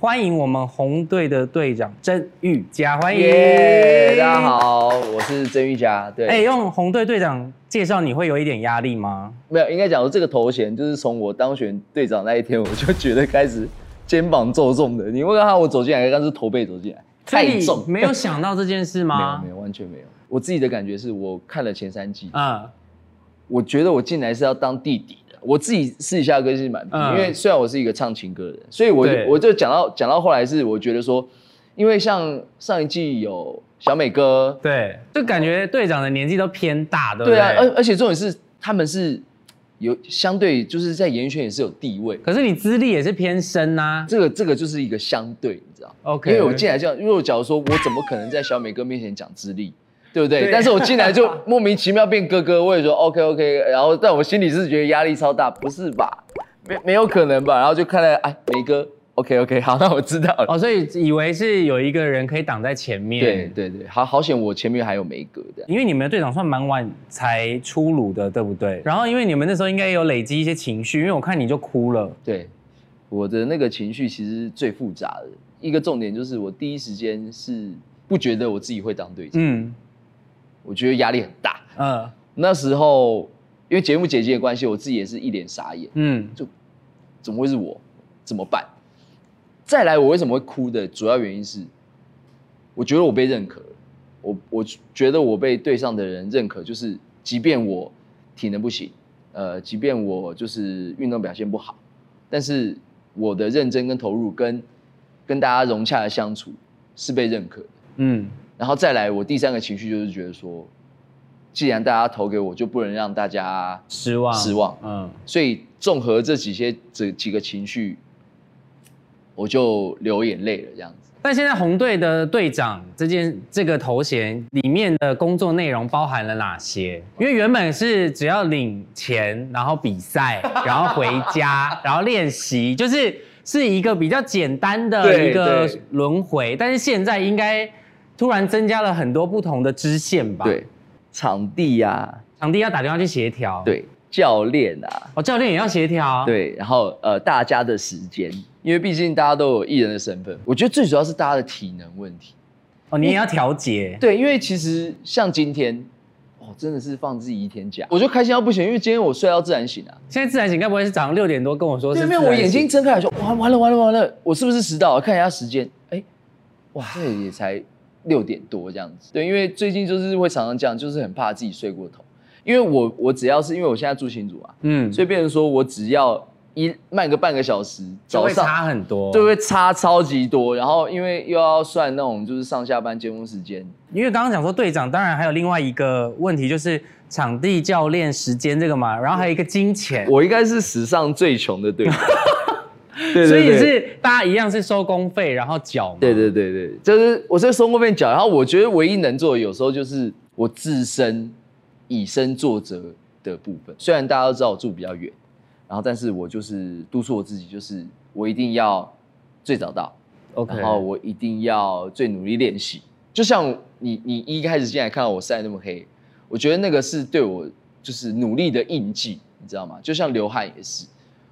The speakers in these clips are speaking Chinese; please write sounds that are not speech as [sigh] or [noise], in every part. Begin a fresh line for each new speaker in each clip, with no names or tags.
欢迎我们红队的队长曾玉佳，欢迎。
耶大家好，我是曾玉佳。对，
哎、用红队队长介绍你会有一点压力吗？
没有，应该讲说这个头衔就是从我当选队长那一天，我就觉得开始肩膀皱重的。你问看我走进来，刚刚是驼背走进来，太重
所以，没有想到这件事吗？
[laughs] 没有没有完全没有。我自己的感觉是我看了前三季，
嗯，
我觉得我进来是要当弟弟的。我自己私底下歌是蛮低，
嗯
因为虽然我是一个唱情歌的人，所以我就
对
我就讲到讲到后来是我觉得说，因为像上一季有小美哥，
对，就感觉队长的年纪都偏大，对不
对
对？
啊，而而且重点是他们是有相对就是在演艺圈也是有地位，
可是你资历也是偏深啊呐、
这个这个就是一个相对，你知道
OK
因为我进来这样，如果假如说我怎么可能在小美哥面前讲资历？对不对？
对
但是我进
[laughs]
来就莫名其妙变哥哥，我也说 OK OK，然后但我心里是觉得压力超大，不是吧？没没有可能吧？然后就看了，哎，梅哥 OK OK，好，那我知道了。
哦，所以以为是有一个人可以挡在前面。
对，对对，好好险，我前面还有梅哥的。
因为你们的队长算蛮晚才出炉的，对不对？然后因为你们那时候应该有累积一些情绪，因为我看你就哭了。
对，我的那个情绪其实是最复杂的一个重点就是，我第一时间是不觉得我自己会当队长，
嗯
我觉得压力很大。
嗯
那时候因为节目姐姐的关系，我自己也是一脸傻眼，
嗯，
怎么会是我？怎么办？再来，我为什么会哭的主要原因是，我觉得我被认可了，我我觉得我被队上的人认可，就是即便我体能不行，呃，即便我就是运动表现不好，但是我的认真跟投入跟跟大家融洽的相处是被认可的。
嗯，
然后再来，我第三个情绪就是觉得说，既然大家投给我，就不能让大家
失望，
失望
嗯，
所以综合这几些这几个情绪，我就流眼泪了，这样子。
但现在红队的队长这件这个头衔里面的工作内容包含了哪些？因为原本是只要领钱，然后比赛，然后回
[laughs]
家，然后练习，就是是一个比较简单的
对
一个
对
轮回。但是现在应该突然增加了很多不同的支线吧？，
对，场地呀、
场地要打电话去协调，，
对，教练啊，
哦，教练也要协调，，
对，然后呃，大家的时间，因为毕竟大家都有艺人的身份，我觉得最主要是大家的体能问题。
哦，你也要调节，
对，因为其实像今天，哦，真的是放自己一天假，我就开心到不行，因为今天我睡到自然醒啊。
现在自然醒该不会是早上六点多跟我说是
对
自
面
然醒？
我眼睛睁开来说，哇，完了完了完了，我是不是迟到？看一下时间，哎、哇，这也才六点多这样子。对，因为最近就是会常常这样，就是很怕自己睡过头。因为我我只要是因为我现在住新竹啊，
嗯，
所以变成说我只要一慢个半个小时，
就
早
会
上
差很多，
就会差超级多。然后因为又要算那种就是上下班尖峰时间，
因为刚刚讲说队长，当然还有另外一个问题就是场地、教练、时间这个嘛，然后还有一个金钱，
我应该是史上最穷的 [laughs] 队伍。对对对
所以是大家一样是收工费然后缴嘛。
对对对对，就是我是松过面角，然后我觉得唯一能做的有时候就是我自身以身作则的部分。虽然大家都知道我住比较远，然后但是我就是督促我自己，就是我一定要最早到，
，OK。
然后我一定要最努力练习。就像你你一开始进来看到我晒得那么黑，我觉得那个是对我就是努力的印记，你知道吗？就像流汗也是，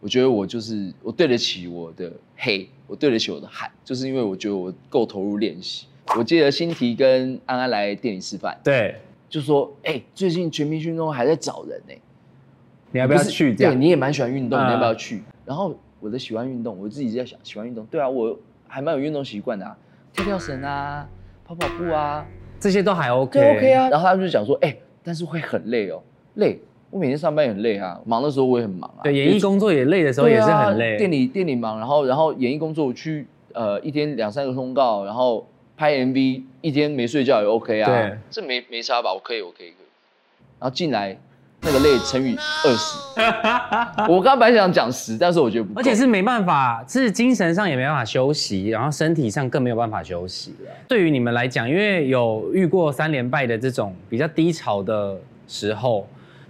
我觉得我就是我对得起我的黑，我对得起我的汗，就是因为我觉得我够投入练习。我记得新提跟安安来店里吃饭，
对，
就说：“哎、最近全民运动会还在找人呢、
你要不要
是
去这样
对，？你也蛮喜欢运动，
嗯
你要不要去？然后我的喜欢运动，我自己在想喜欢运动，对啊，我还蛮有运动习惯的啊，跳跳绳啊，跑跑步啊，
这些都还 OK。
对 OK。啊。然后他们就讲说，哎、但是会很累哦，累。我每天上班也很累啊，忙的时候我也很忙啊。
对，演艺工作也累的时候
对
也
啊
是很累。
店里店里忙，然后然后演艺工作我去呃一天两三个通告，然后拍 MV 一天没睡觉也 OK 啊，
对，
这没没差吧？我可以，我可以，可以。然后进来那个累乘以二十，
[laughs]
我刚刚本来想讲十，但是我觉得不够，
而且是没办法，是精神上也没办法休息，然后身体上更没有办法休息。啊对于你们来讲，因为有遇过三连败的这种比较低潮的时候，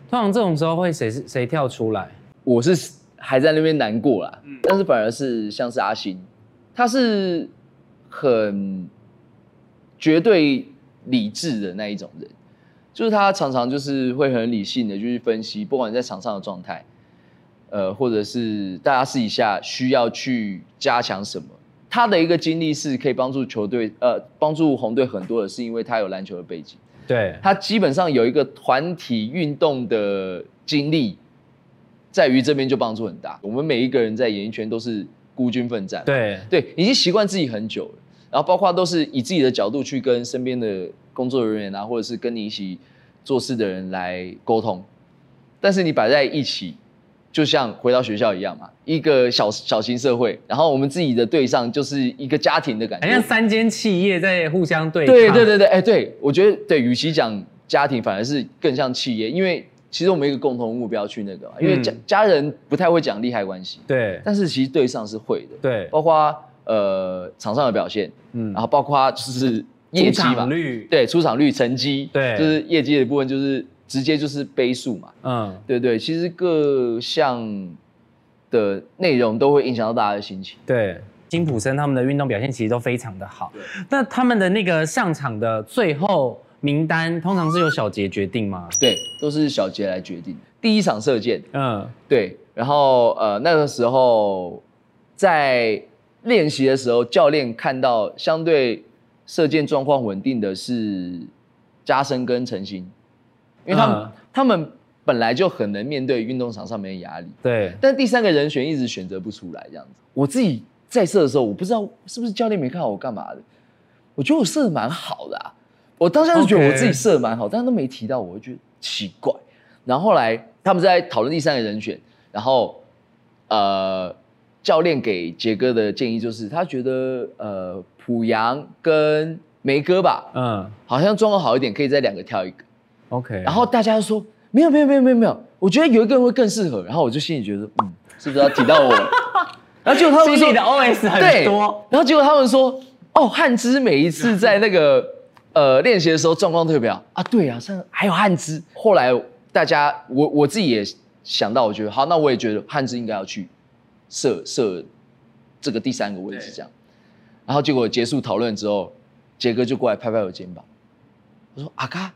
通常这种时候会谁是谁跳出来？
我是还在那边难过啦，但是反而是像是阿星，他是很绝对理智的那一种人，就是他常常就是会很理性的去分析，不管在场上的状态，呃，或者是大家私底下需要去加强什么，他的一个经历是可以帮助球队，呃，帮助红队很多的，是因为他有篮球的背景，
对，
他基本上有一个团体运动的经历，在于这边就帮助很大。我们每一个人在演艺圈都是孤军奋战，
对，
对，已经习惯自己很久了，然后包括都是以自己的角度去跟身边的工作人员啊，或者是跟你一起做事的人来沟通，但是你摆在一起，就像回到学校一样嘛，一个小小型社会，然后我们自己的对上就是一个家庭的感
好像
觉，
三间企业在互相对抗。
对对对对，哎，对我觉得对，与其讲家庭，反而是更像企业，因为其实我们有一个共同目标去那个嘛，啊因为家、
嗯
家人不太会讲利害关系，
对
但是其实对上是会的，
对，
包括呃场上的表现，
嗯
然后包括就是业
出
绩嘛
场，率，
啊对，出场率、成绩，
对
就是业绩的部分，就是直接就是杯数嘛，
嗯，
对对，其实各项的内容都会影响到大家的心情。
对。辛普森他们的运动表现其实都非常的好
对，
那他们的那个上场的最后名单通常是由小杰决定吗？
对，都是小杰来决定。第一场射箭，
嗯，
对，然后呃那个时候在练习的时候，教练看到相对射箭状况稳定的是加深跟陈星，因为他们、
嗯
他们本来就很能面对运动场上面的压力，
对，
但第三个人选一直选择不出来这样子。我自己在射的时候，我不知道是不是教练没看好我干嘛的，我觉得我射的蛮好的啊，我当下就觉得
OK
我自己射的蛮好但是都没提到我，我就觉得奇怪。然后后来他们在讨论第三个人选，然后呃，教练给杰哥的建议就是，他觉得呃，濮阳跟梅哥吧，
嗯
好像状况好一点，可以再两个挑一个。
，OK。
然后大家就说没有没有没有没有没有，我觉得有一个人会更适合。然后我就心里觉得，嗯，是不是要提到我？然后结果他们
心
说
里的 OS 很
对，
多，
然后结果他们说，哦，汉之每一次在那个呃练习的时候状况特别好啊，对啊，像还有汉之。后来大家我我自己也想到，我觉得好，那我也觉得汉之应该要去设设这个第三个位置这样。然后结果结束讨论之后，杰哥就过来拍拍我肩膀，我说阿嘎，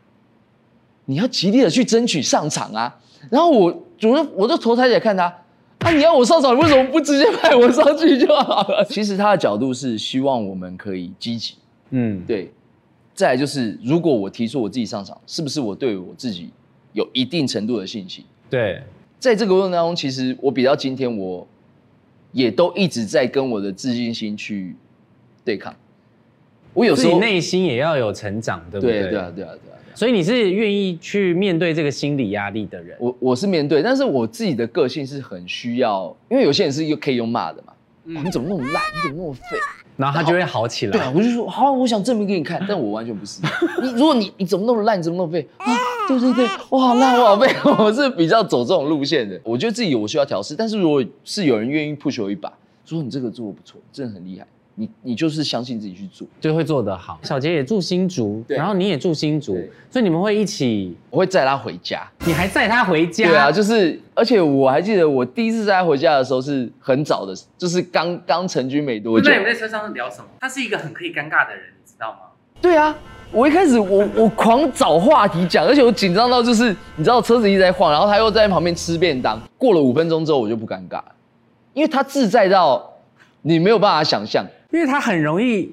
你要极力的去争取上场啊。然后我我就我就头抬起来看他，啊，你要我上场，你为什么不直接派我上去就好了？ [laughs] 其实他的角度是希望我们可以积极，
嗯，
对。再来就是，如果我提出我自己上场，是不是我对我自己有一定程度的信心？
对，
在这个过程当中，其实我比到今天，我也都一直在跟我的自信心去对抗。我有
自
时
己
候
内心也要有成长，对不对？
对对啊对啊对啊对啊，
所以你是愿意去面对这个心理压力的人，
我我是面对，但是我自己的个性是很需要，因为有些人是又可以用骂的嘛。哦你怎么那么烂？你怎么那么废？
然后他就会好起来。
对啊，我就说好，我想证明给你看，但我完全不是。 [laughs] 你如果你你怎么那么烂，你怎么那么废啊？对对对，我好烂，我好废， [laughs] 我是比较走这种路线的。我觉得自己有需要调试，但是如果是有人愿意 push 我一把，说你这个做的不错，真的很厉害，你你就是相信自己去做。
就会做得好。小杰也住新竹，
对
然后你也住新竹
对，
所以你们会一起，
我会载他回家。
你还载他回家。
对啊，就是，而且我还记得我第一次载他回家的时候是很早的，就是刚刚成军没多久。
那你们在车上是聊什么？他是一个很可以尴尬的人，你知道吗？
对啊，我一开始我我狂找话题讲，而且我紧张到就是你知道车子一直在晃，然后他又在旁边吃便当。过了五分钟之后我就不尴尬了，因为他自在到你没有办法想象。
因为他很容易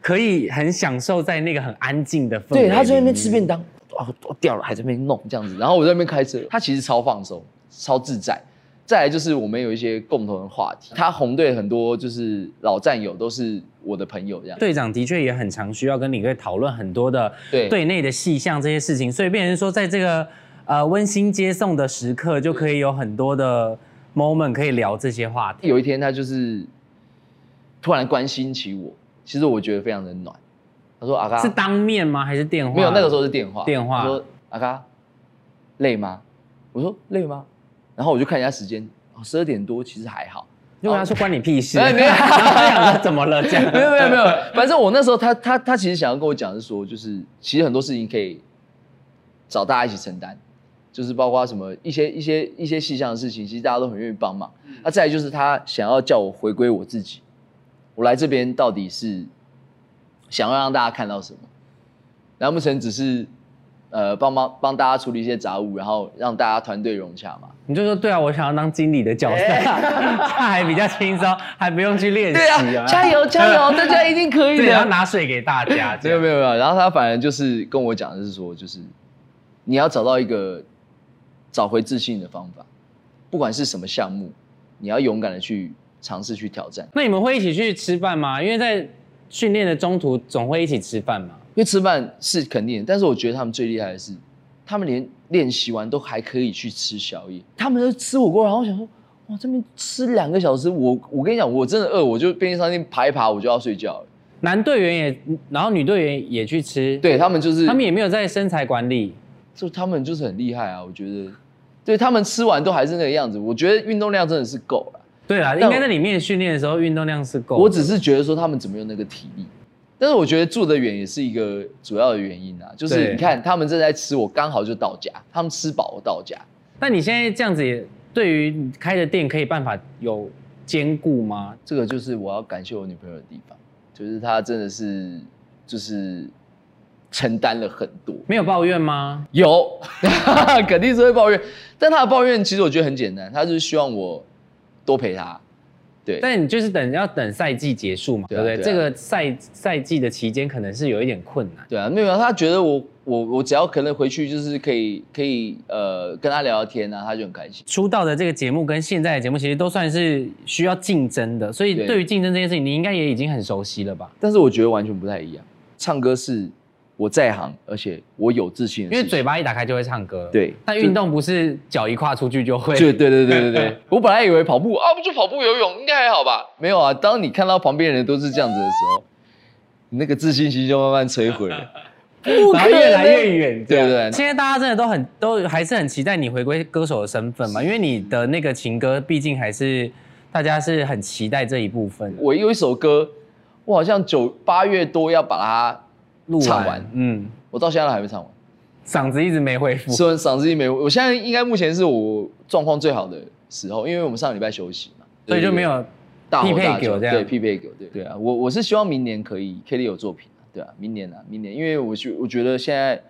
可以很享受在那个很安静的氛围里
对，
面。
他在那边吃便当，哦，我掉了还在那边弄这样子，然后我在那边开车，他其实超放松，超自在。再来就是我们有一些共同的话题，他红队很多就是老战友都是我的朋友这样。
队长的确也很常需要跟领队讨论很多的
对
队内的细项这些事情，所以变成说在这个呃温馨接送的时刻，就可以有很多的 moment 可以聊这些话题。
有一天他就是突然关心起我，其实我觉得非常的暖。他说：“阿嘎，
是当面吗？还是电话？
啊没有，那个时候是电话。
电话
他说阿嘎，累吗？我说累吗？然后我就看一下时间，哦，十二点多，其实还好。
就跟他说关你屁事。
哎没有
然后他想说怎么了这样？
[laughs] 没有没有没有，反正我那时候他他他其实想要跟我讲是说，就是其实很多事情可以找大家一起承担，就是包括什么一些一些一些细项的事情，其实大家都很愿意帮忙。
嗯
那、再来就是他想要叫我回归我自己，我来这边到底是想要让大家看到什么？难不成只是呃帮忙帮大家处理一些杂务，然后让大家团队融洽嘛。
你就说对啊，我想要当经理的角
[laughs]
色，
哎
那还比较轻松，还不用去练习啊。
加油加
[laughs]
油，大家一定可以
对，啊然后
的。
拿水给大家，
没有没
有，
有没有，然后他反正就是跟我讲，就是说，就是你要找到一个找回自信的方法，不管是什么项目，你要勇敢的去尝试去挑战。
那你们会一起去吃饭吗？因为在训练的中途总会一起吃饭嘛。
因为吃饭是肯定的，但是我觉得他们最厉害的是，他们连练习完都还可以去吃宵夜。他们都吃火锅，然后我想说，哇，这边吃两个小时，我我跟你讲，我真的饿，我就便利商店爬一爬，我就要睡觉了。
男队员也，然后女队员也去吃，，
对他们就是，
他们也没有在身材管理。
就他们就是很厉害啊，我觉得，对他们吃完都还是那个样子。我觉得运动量真的是够了，
对啦，
但
应
我
该在里面训练的时候运动量是够的。
啊我只是觉得说他们怎么有那个体力。但是我觉得住得远也是一个主要的原因啊，就是
对
你看他们正在吃，我刚好就到家，他们吃饱我到家。
那你现在这样子也，对于你开的店可以办法有兼顾吗？
这个就是我要感谢我女朋友的地方，就是她真的是就是承担了很多，
没有抱怨吗？
有 [laughs] 肯定是会抱怨，但她的抱怨其实我觉得很简单，她就是希望我多陪她，对，
但你就是等要等赛季结束嘛，
对
对
啊
不对？
对啊
这个赛赛季的期间可能是有一点困难。
对啊，没有啊，她觉得我我我只要可能回去就是可以可以呃跟她聊聊天啊，她就很开心。
出道的这个节目跟现在的节目其实都算是需要竞争的，所以
对
对于竞争这件事情，你应该也已经很熟悉了吧？
但是我觉得完全不太一样，唱歌是我在行，而且我有自信的
因
事情，
为嘴巴一打开就会唱歌，
对
但运动不是脚一跨出去就会。
就对对对对对， [laughs] 我本来以为跑步啊，不就跑步游泳应该还好吧？没有啊，当你看到旁边人都是这样子的时候，你那个自信心就慢慢摧毁 [laughs] 了，不
然后越来越远，
对不
不
对？
现在大家真的都很都还是很期待你回归歌手的身份嘛，因为你的那个情歌，毕竟还是大家是很期待这一部分
我有一首歌，我好像九八月多要把它
录
唱完，
嗯，
我到现在都还没唱完，
嗓子一直没恢复，
虽然嗓子也没，我现在应该目前是我状况最好的时候，因为我们上礼拜休息嘛，
所以就没有
大
匹
吼
配
大
给
叫
我这样
对匹配给我对对啊，我我是希望明年可以 K D 有作品啊，对啊，明年啊，明年，因为我觉我觉得现在，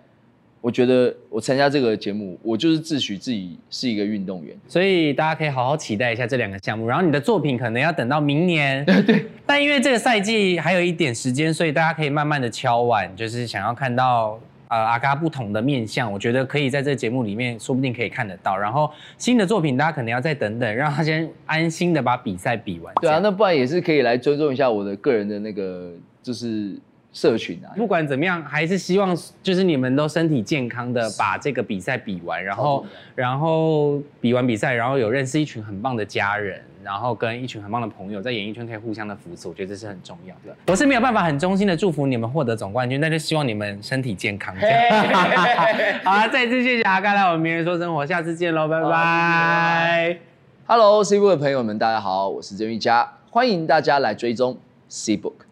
我觉得我参加这个节目，我就是自诩自己是一个运动员，
所以大家可以好好期待一下这两个项目，然后你的作品可能要等到明
[laughs]
年。对，但因为这个赛季还有一点时间，所以大家可以慢慢的敲碗，就是想要看到呃阿嘎不同的面相，我觉得可以在这个节目里面说不定可以看得到。然后新的作品大家可能要再等等，让他先安心的把比赛比完。
对
这
啊，
样
那不然也是可以来尊重一下我的个人的那个就是社群啊，
不管怎么样，还是希望就是你们都身体健康的把这个比赛比完，然后然后比完比赛，然后有认识一群很棒的家人，然后跟一群很棒的朋友，在演艺圈可以互相的扶持，我觉得这是很重要的。我是没有办法很衷心的祝福你们获得总冠军，但是希望你们身体健康。这样 [laughs] 好啊，再次谢谢阿甘来我们名人说生活，下次见喽，拜
好谢谢拜
拜。
Hello C Book 的朋友们，大家好，我是郑玉佳，欢迎大家来追踪 C Book。